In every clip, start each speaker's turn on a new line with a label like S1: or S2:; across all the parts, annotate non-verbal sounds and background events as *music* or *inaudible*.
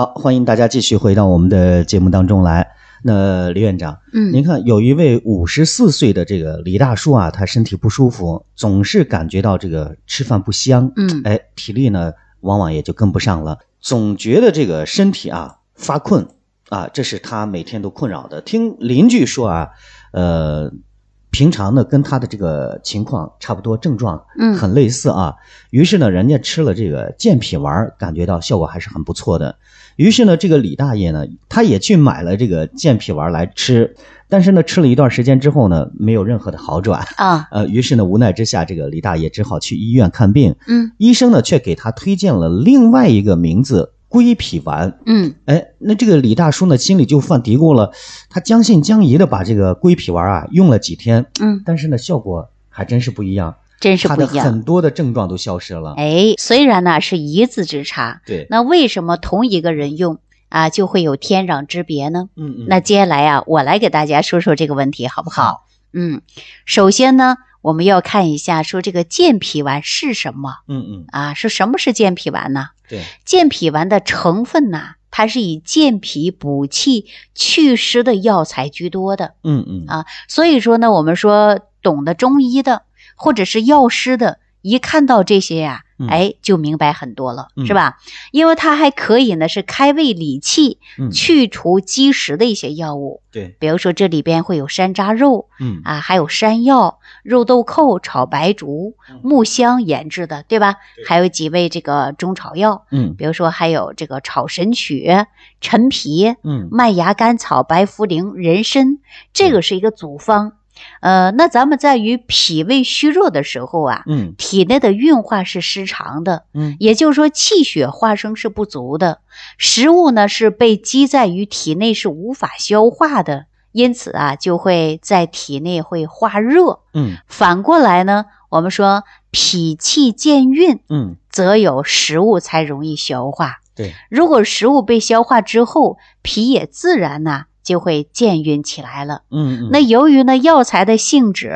S1: 好，欢迎大家继续回到我们的节目当中来。那李院长，
S2: 嗯，
S1: 您看，有一位五十四岁的这个李大叔啊，他身体不舒服，总是感觉到这个吃饭不香，
S2: 嗯
S1: 哎，体力呢往往也就跟不上了，总觉得这个身体啊发困啊，这是他每天都困扰的。听邻居说啊，呃，平常呢跟他的这个情况差不多，症状
S2: 嗯
S1: 很类似啊。于是呢，人家吃了这个健脾丸儿，感觉到效果还是很不错的。于是呢，这个李大爷呢，他也去买了这个健脾丸来吃，但是呢，吃了一段时间之后呢，没有任何的好转。 *laughs*
S2: 啊，
S1: 呃，于是呢，无奈之下，这个李大爷只好去医院看病。
S2: 嗯
S1: 医生呢，却给他推荐了另外一个名字——归脾丸。
S2: 嗯
S1: 哎，那这个李大叔呢，心里就犯嘀咕了，他将信将疑的把这个归脾丸啊用了几天，
S2: 嗯，
S1: 但是呢，效果还真是不一样，
S2: 真是
S1: 他
S2: 不
S1: 的
S2: 一样。
S1: 很多的症状都消失了。
S2: 哎，虽然呢是一字之差，
S1: 对，
S2: 那为什么同一个人用啊就会有天壤之别呢？
S1: 嗯嗯，
S2: 那接下来啊，我来给大家说说这个问题，好不好？
S1: 好，
S2: 嗯，首先呢，我们要看一下说这个健脾丸是什么
S1: 嗯嗯，
S2: 啊？说什么是健脾丸呢？
S1: 对，
S2: 健脾丸的成分呐、它是以健脾补气祛湿的药材居多的。
S1: 嗯嗯
S2: 啊所以说呢，我们说懂得中医的或者是药师的，一看到这些呀、
S1: 嗯
S2: 哎，就明白很多了，
S1: 嗯
S2: 是吧？因为它还可以呢，是开胃理气、
S1: 嗯，
S2: 去除积食的一些药物，
S1: 对，
S2: 比如说这里边会有山楂肉
S1: 嗯
S2: 啊，还有山药、肉豆蔻炒白术
S1: 嗯、
S2: 木香研制的，对吧？
S1: 对
S2: 还有几味这个中草药，
S1: 嗯
S2: 比如说还有这个炒神曲、陈皮，
S1: 嗯
S2: 麦芽甘草、白茯苓、人参，这个是一个组方。呃，那咱们在于脾胃虚弱的时候啊，
S1: 嗯
S2: 体内的运化是失常的，
S1: 嗯
S2: 也就是说气血化生是不足的，食物呢是被积在于体内是无法消化的，因此啊就会在体内会化热。
S1: 嗯
S2: 反过来呢，我们说脾气健运，
S1: 嗯，
S2: 则有食物才容易消化。
S1: 对，
S2: 如果食物被消化之后，脾也自然呐、就会健运起来了。
S1: 嗯嗯
S2: 那由于呢药材的性质，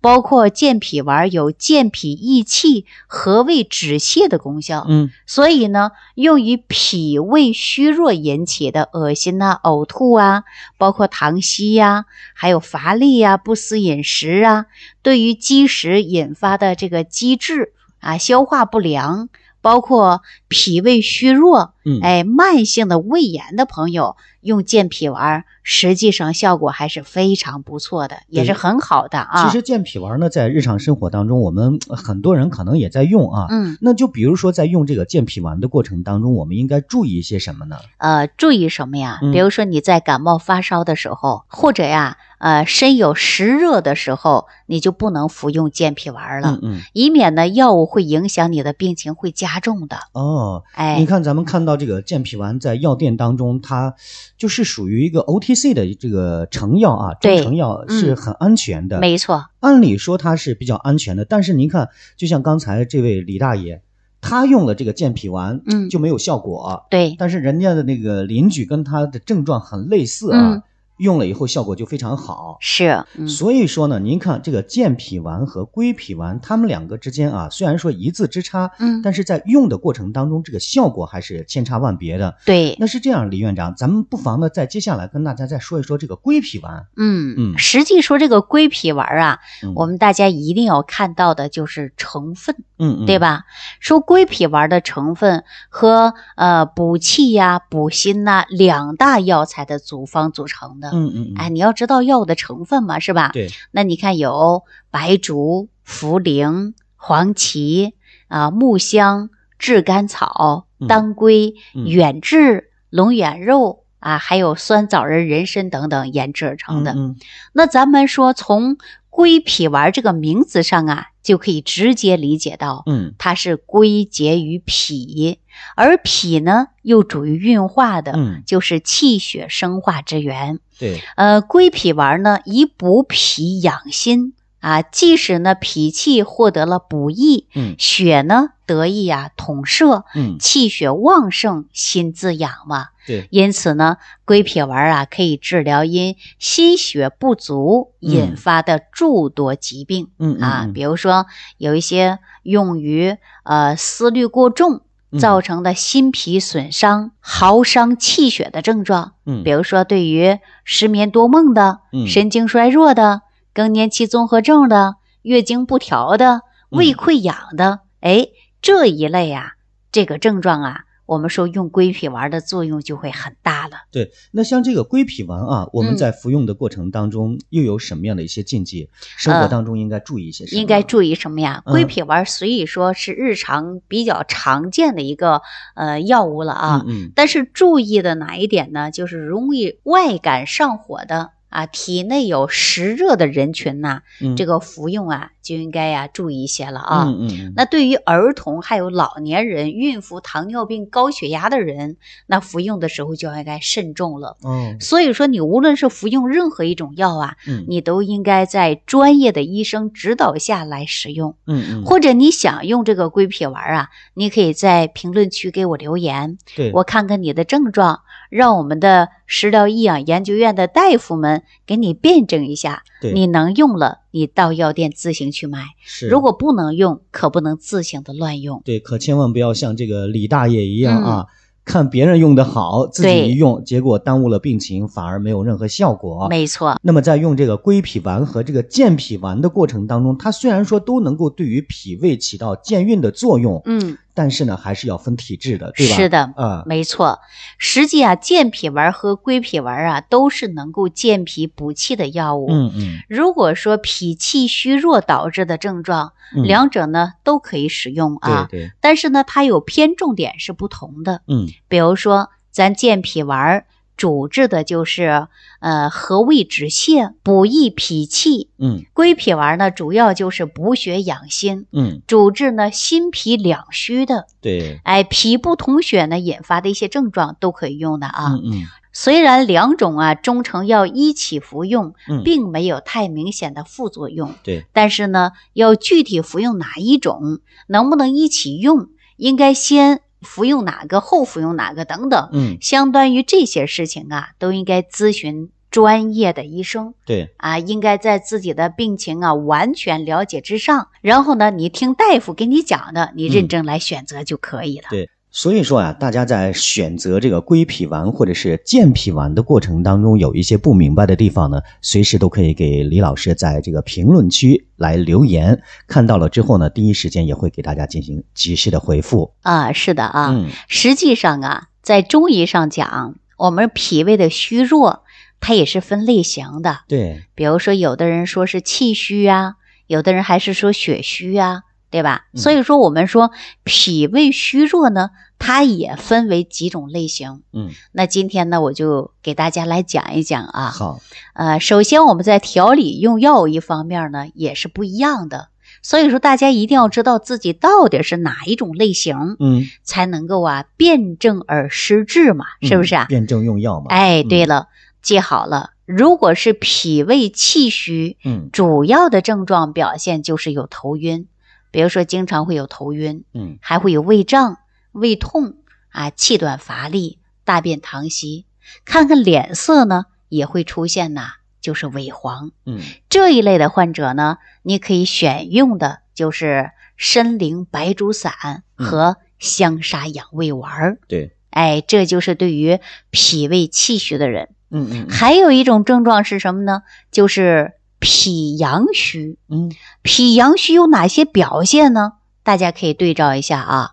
S2: 包括健脾丸有健脾益气、和胃止泻的功效，
S1: 嗯
S2: 所以呢用于脾胃虚弱引起的恶心呐、呕吐啊，包括溏稀呀、还有乏力呀、不思饮食啊，对于积食引发的这个积滞啊、消化不良，包括脾胃虚弱。
S1: 嗯，
S2: 哎，慢性的胃炎的朋友用健脾丸儿，实际上效果还是非常不错的，也是
S1: 对
S2: 很好的啊。
S1: 其实健脾丸呢，在日常生活当中，我们呃很多人可能也在用啊。
S2: 嗯，
S1: 那就比如说，在用这个健脾丸的过程当中，我们应该注意一些什么呢？
S2: 呃，注意什么呀？
S1: 嗯
S2: 比如说你在感冒发烧的时候，或者呀，呃，身有湿热的时候，你就不能服用健脾丸儿了，
S1: 嗯嗯，
S2: 以免呢药物会影响你的病情会加重的。
S1: 哦，你
S2: 哎，
S1: 看，咱们看到这个健脾丸在药店当中，它就是属于一个 OTC 的这个成药啊，中
S2: 对
S1: 成药是
S2: 嗯
S1: 很安全的。
S2: 没错，
S1: 按理说它是比较安全的，但是您看，就像刚才这位李大爷，他用了这个健脾丸，
S2: 嗯
S1: 就没有效果。
S2: 对，
S1: 但是人家的那个邻居跟他的症状很类似啊，
S2: 嗯
S1: 用了以后效果就非常好。
S2: 是，嗯，
S1: 所以说呢，您看这个健脾丸和归脾丸，他们两个之间啊，虽然说一字之差，
S2: 嗯
S1: 但是在用的过程当中，这个效果还是千差万别的。
S2: 对，
S1: 那是这样，李院长，咱们不妨呢，在接下来跟大家再说一说这个归脾丸。嗯
S2: 嗯，实际说这个归脾丸儿啊，
S1: 嗯、
S2: 我们大家一定要看到的就是成分。
S1: 嗯嗯
S2: 对？吧？说归脾丸的成分和呃补气呀、补心呐、两大药材的组方组成的。
S1: 嗯嗯嗯，
S2: 哎，你要知道药物的成分嘛，是吧？
S1: 对，
S2: 那你看有白术、茯苓、黄芪啊、木香、炙甘草
S1: 嗯、
S2: 当归、
S1: 嗯
S2: 远志、龙眼肉啊，还有酸枣仁、人参等等研制成的。
S1: 嗯
S2: 那咱们说从归脾丸这个名字上啊，就可以直接理解到，
S1: 嗯
S2: 它是归结于脾，而脾呢又主于运化的，
S1: 嗯嗯，
S2: 就是气血生化之源。
S1: 对，
S2: 呃，归脾丸呢以补脾养心啊，即使呢脾气获得了补益，
S1: 嗯
S2: 血呢得以啊统摄，
S1: 嗯
S2: 气血旺盛，心自养嘛。
S1: 对，
S2: 因此呢，归脾丸啊可以治疗因心血不足
S1: 嗯
S2: 引发的诸多疾病。
S1: 嗯嗯
S2: 啊，
S1: 嗯
S2: 比如说有一些用于呃思虑过重
S1: 嗯
S2: 造成的心脾损伤、耗伤气血的症状，
S1: 嗯
S2: 比如说对于失眠多梦的、
S1: 嗯
S2: 神经衰弱的、更年期综合症的、月经不调的、胃
S1: 嗯
S2: 溃疡的，哎，这一类啊，这个症状啊，我们说用归脾丸的作用就会很大了。
S1: 对，那像这个归脾丸啊，我们
S2: 嗯
S1: 在服用的过程当中又有什么样的一些禁忌？生活
S2: 呃
S1: 当中应该注意一些什么？
S2: 应该注意什么呀？
S1: 嗯
S2: 归脾丸虽以说是日常比较常见的一个呃药物了啊，
S1: 嗯嗯
S2: 但是注意的哪一点呢？就是容易外感上火的啊，体内有实热的人群呐、
S1: 嗯，
S2: 这
S1: 个
S2: 个服用啊就应该呀、注意一些了啊。
S1: 嗯嗯，
S2: 那对于儿童、还有老年人、孕妇、糖尿病、高血压的人，那服用的时候就应该慎重了。
S1: 哦，
S2: 所以说，你无论是服用任何一种药啊，
S1: 嗯
S2: 你都应该在专业的医生指导下来使用。
S1: 嗯嗯，
S2: 或者你想用这个归脾丸啊，你可以在评论区给我留言，
S1: 对，
S2: 我看看你的症状，让我们的食疗益养研究院的大夫们给你辩证一下。
S1: 对
S2: 你能用了，你到药店自行去买；
S1: 是
S2: 如果不能用，可不能自行的乱用。
S1: 对，可千万不要像这个李大爷一样啊，看别人用的好，自己
S2: 嗯对
S1: 一用，结果耽误了病情，反而没有任何效果。啊
S2: 没错，
S1: 那么在用这个归脾丸和这个健脾丸的过程当中，它虽然说都能够对于脾胃起到健运的作用，
S2: 嗯，
S1: 但是呢，还是要分体质的，对吧？
S2: 是的
S1: 啊、
S2: 没错。实际啊，健脾丸和归脾丸啊，都是能够健脾补气的药物。
S1: 嗯嗯
S2: 如果说脾气虚弱导致的症状，
S1: 嗯，
S2: 两者呢都可以使用啊，
S1: 对对，
S2: 但是呢，它有偏重点是不同的。
S1: 嗯
S2: 比如说，咱健脾丸儿主治的就是呃和胃止泻、补益脾气；
S1: 嗯
S2: 归脾丸呢，主要就是补血养心，
S1: 嗯，
S2: 主治呢心脾两虚的，
S1: 对，
S2: 哎，脾不统血呢引发的一些症状都可以用的啊。
S1: 嗯嗯
S2: 虽然两种啊中成药一起服用，
S1: 嗯，
S2: 并没有太明显的副作用，
S1: 对，
S2: 但是呢，要具体服用哪一种，能不能一起用，应该先服用哪个，后服用哪个等等。
S1: 嗯
S2: 相关于这些事情啊，都应该咨询专业的医生
S1: 对，
S2: 啊，应该在自己的病情啊完全了解之上，然后呢，你听大夫给你讲的，你
S1: 嗯
S2: 认真来选择就可以了。
S1: 对，所以说啊，大家在选择这个归脾丸或者是健脾丸的过程当中，有一些不明白的地方呢，随时都可以给李老师在这个评论区来留言，看到了之后呢，第一时间也会给大家进行及时的回复。
S2: 啊，是的啊，
S1: 嗯
S2: 实际上啊，在中医上讲，我们脾胃的虚弱，它也是分类型的。
S1: 对，
S2: 比如说，有的人说是气虚啊，有的人还是说血虚啊，对吧？
S1: 嗯
S2: 所以说，我们说脾胃虚弱呢，它也分为几种类型。
S1: 嗯，
S2: 那今天呢，我就给大家来讲一讲啊。
S1: 好，
S2: 呃，首先我们在调理用药一方面呢，也是不一样的。所以说，大家一定要知道自己到底是哪一种类型，
S1: 嗯，
S2: 才能够啊辩证而施治嘛，是不是啊？
S1: 嗯辩证用药嘛。
S2: 哎，
S1: 嗯
S2: 对，了，记好了。如果是脾胃气虚，
S1: 嗯
S2: 主要的症状表现就是有头晕，比如说经常会有头晕，
S1: 嗯
S2: 还会有胃胀、胃痛啊、气短乏力、大便溏稀。看看脸色呢，也会出现呐、就是萎黄
S1: 嗯
S2: 这一类的患者呢，你可以选用的就是参苓白术散
S1: 嗯
S2: 和香砂养胃丸儿。
S1: 对，
S2: 哎，这就是对于脾胃气虚的人。
S1: 嗯嗯
S2: 还有一种症状是什么呢？就是脾阳虚。
S1: 嗯
S2: 脾阳虚有哪些表现呢？大家可以对照一下啊，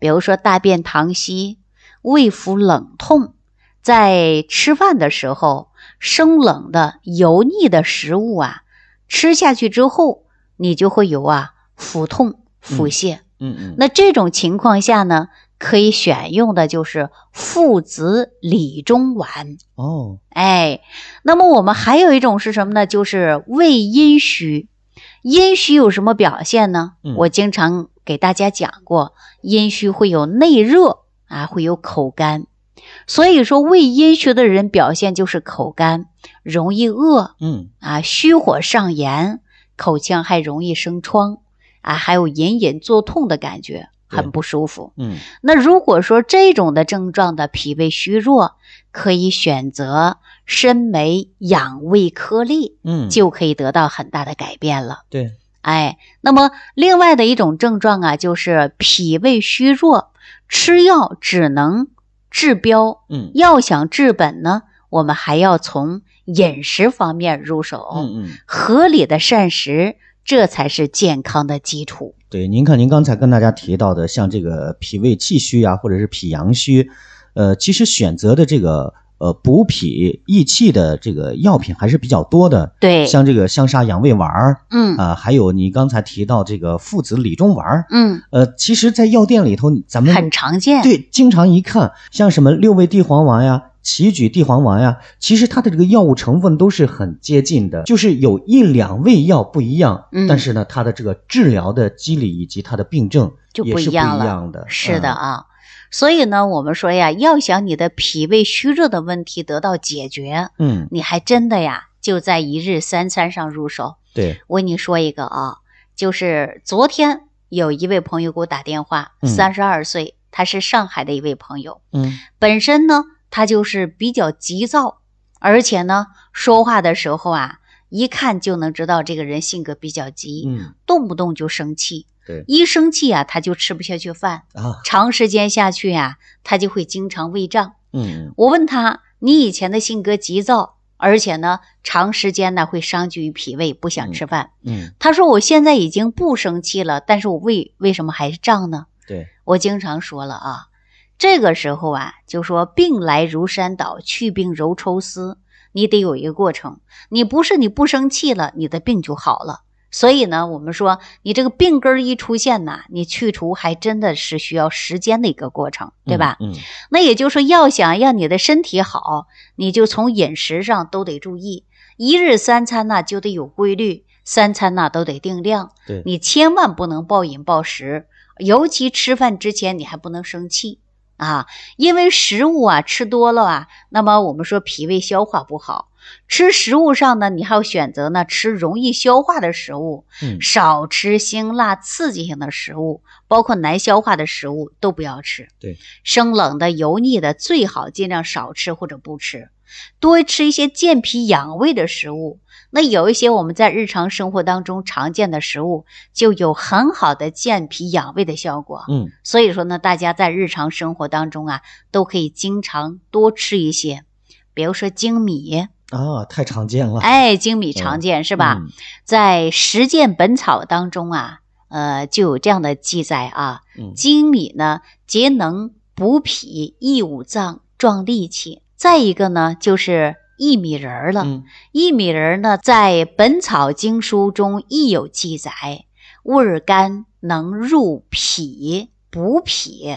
S2: 比如说大便溏稀、胃腹冷痛，在吃饭的时候，生冷的、油腻的食物啊，吃下去之后，你就会有啊腹痛、腹泻。
S1: 嗯嗯，
S2: 那这种情况下呢，可以选用的就是附子理中丸。
S1: 哦，
S2: 哎，那么我们还有一种是什么呢？就是胃阴虚。阴虚有什么表现呢？
S1: 嗯
S2: 我经常给大家讲过，阴虚会有内热啊，会有口干。所以说，胃阴虚的人表现就是口干，容易饿
S1: 嗯
S2: 啊，虚火上炎，口腔还容易生疮啊，还有隐隐作痛的感觉，
S1: 对
S2: 很不舒服。
S1: 嗯
S2: 那如果说这种的症状的脾胃虚弱，可以选择参梅养胃颗粒，
S1: 嗯，
S2: 就可以得到很大的改变了。
S1: 对，
S2: 哎，那么另外的一种症状啊，就是脾胃虚弱，吃药只能治标，
S1: 嗯
S2: 要想治本呢，我们还要从饮食方面入手。
S1: 嗯嗯，
S2: 合理的膳食，这才是健康的基础。
S1: 对，您看您刚才跟大家提到的，像这个脾胃气虚啊，或者是脾阳虚，呃，其实选择的这个呃补脾益气的这个药品还是比较多的，
S2: 对，
S1: 像这个香砂养胃丸儿
S2: 嗯
S1: 啊、还有你刚才提到这个附子理中丸儿，
S2: 嗯，
S1: 呃，其实，在药店里头，咱们
S2: 很常
S1: *laughs*
S2: 见。
S1: 对，经常一看，像什么六味地黄丸呀、杞菊地黄丸呀，其实它的这个药物成分都是很接近的，就是有一两味药不一样，
S2: 嗯
S1: 但是呢，它的这个治疗的机理以及它的病症
S2: 就
S1: 也
S2: 不
S1: 是
S2: 一样
S1: 不
S2: 了
S1: 一样的。
S2: 是的
S1: 嗯，
S2: 啊。所以呢，我们说呀，要想你的脾胃虚弱的问题得到解决，
S1: 嗯，
S2: 你还真的呀，就在一日三餐上入手。
S1: 对，
S2: 我跟你说一个啊，就是昨天有一位朋友给我打电话，
S1: 嗯
S2: 三十二岁，他是上海的一位朋友，
S1: 嗯
S2: 本身呢，他就是比较急躁，而且呢，说话的时候啊，一看就能知道这个人性格比较急，
S1: 嗯，
S2: 动不动就生气。
S1: 对
S2: 一生气啊，他就吃不下去饭，
S1: 啊，
S2: 长时间下去呀、他就会经常胃胀。
S1: 嗯
S2: 我问他，你以前的性格急躁，而且呢，长时间呢会伤及于脾胃，不想吃饭。
S1: 嗯，
S2: 他说我现在已经不生气了，但是我胃为什么还是胀呢？
S1: 对，嗯
S2: 我经常说了啊，这个时候啊，就说病来如山倒，去病如抽丝，你得有一个过程。你不是你不生气了，你的病就好了。所以呢，我们说你这个病根儿一出现呐，你去除还真的是需要时间的一个过程，对吧？
S1: 嗯？嗯，
S2: 那也就是说，要想让你的身体好，你就从饮食上都得注意，一日三餐呐、就得有规律，三餐呐、都得定量。
S1: 对
S2: 你千万不能暴饮暴食，尤其吃饭之前你还不能生气啊，因为食物啊吃多了啊，那么我们说脾胃消化不好。吃食物上呢，你还要选择呢吃容易消化的食物，
S1: 嗯
S2: 少吃辛辣刺激性的食物，包括难消化的食物都不要吃。
S1: 对，
S2: 生冷的、油腻的最好尽量少吃或者不吃，多吃一些健脾养胃的食物。那有一些我们在日常生活当中常见的食物，就有很好的健脾养胃的效果。
S1: 嗯，
S2: 所以说呢，大家在日常生活当中啊，都可以经常多吃一些，比如说粳米，
S1: 啊，哦太常见了，
S2: 哎，粳米常见是
S1: 是
S2: 吧？？在《实践本草》当中啊，呃，就有这样的记载啊，
S1: 嗯，
S2: 粳米呢，节能补脾益五脏、壮力气。再一个呢，就是薏米仁儿了。
S1: 嗯
S2: 薏米仁儿呢，在《本草经书》中亦有记载，味儿甘，能入脾，补脾。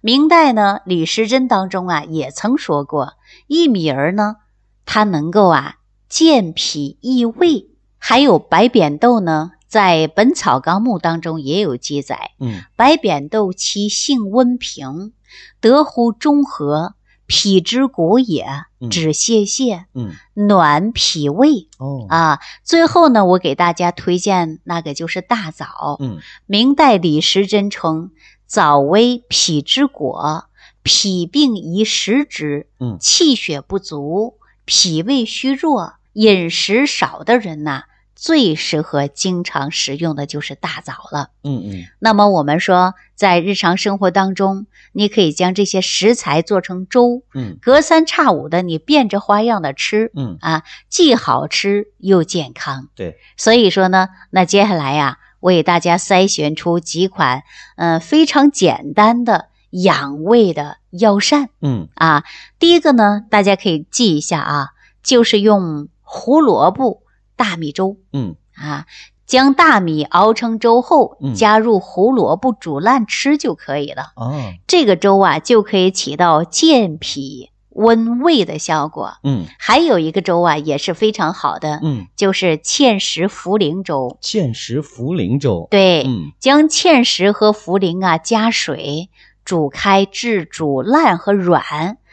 S2: 明代呢，李时珍当中啊也曾说过，薏米仁儿呢，它能够啊健脾益胃。还有白扁豆呢，在《本草纲目》当中也有记载，
S1: 嗯
S2: 白扁豆其性温平，得乎中和，脾之谷也，
S1: 嗯
S2: 止泄泻。
S1: 嗯，
S2: 暖脾胃
S1: 哦，
S2: 啊。最后呢，我给大家推荐那个就是大枣。
S1: 嗯
S2: 明代李时珍称枣为脾之果，脾病宜食之。
S1: 嗯
S2: 气血不足、脾胃虚弱、饮食少的人呐、最适合经常食用的就是大枣了。
S1: 嗯嗯，
S2: 那么我们说，在日常生活当中，你可以将这些食材做成粥，
S1: 嗯
S2: 隔三差五的你变着花样的吃，
S1: 嗯
S2: 啊，既好吃又健康。
S1: 对，
S2: 所以说呢，那接下来呀、我给大家筛选出几款，呃，非常简单的养胃的药膳
S1: 嗯
S2: 啊。第一个呢，大家可以记一下啊，就是用胡萝卜大米粥
S1: 嗯
S2: 啊，将大米熬成粥后
S1: 嗯，
S2: 加入胡萝卜煮烂吃就可以了。
S1: 哦，
S2: 这个粥啊，就可以起到健脾温胃的效果。
S1: 嗯
S2: 还有一个粥啊，也是非常好的，
S1: 嗯，
S2: 就是芡实茯苓粥。
S1: 芡实茯苓粥，
S2: 对，
S1: 嗯。
S2: 将芡实和茯苓啊加水煮开至煮烂和软，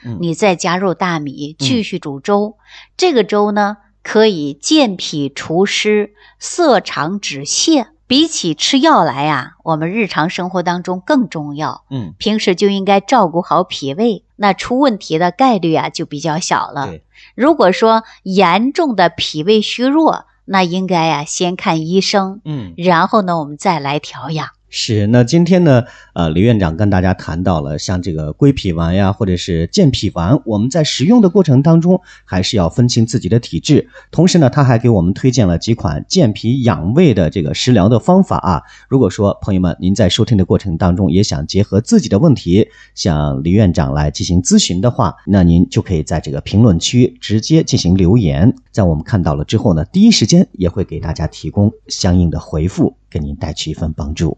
S1: 嗯
S2: 你再加入大米继续煮粥。这个粥呢，可以健脾除湿、涩肠止泻。比起吃药来啊，我们日常生活当中更重要。
S1: 嗯
S2: 平时就应该照顾好脾胃，那出问题的概率啊就比较小了
S1: 对。
S2: 如果说严重的脾胃虚弱，那应该呀、先看医生，
S1: 嗯
S2: 然后呢我们再来调养。
S1: 是，那今天呢，呃，李院长跟大家谈到了像这个归脾丸呀，或者是健脾丸，我们在使用的过程当中，还是要分清自己的体质。同时呢，他还给我们推荐了几款健脾养胃的这个食疗的方法啊。如果说朋友们您在收听的过程当中，也想结合自己的问题向李院长来进行咨询的话，那您就可以在这个评论区直接进行留言，在我们看到了之后呢，第一时间也会给大家提供相应的回复，给您带去一份帮助。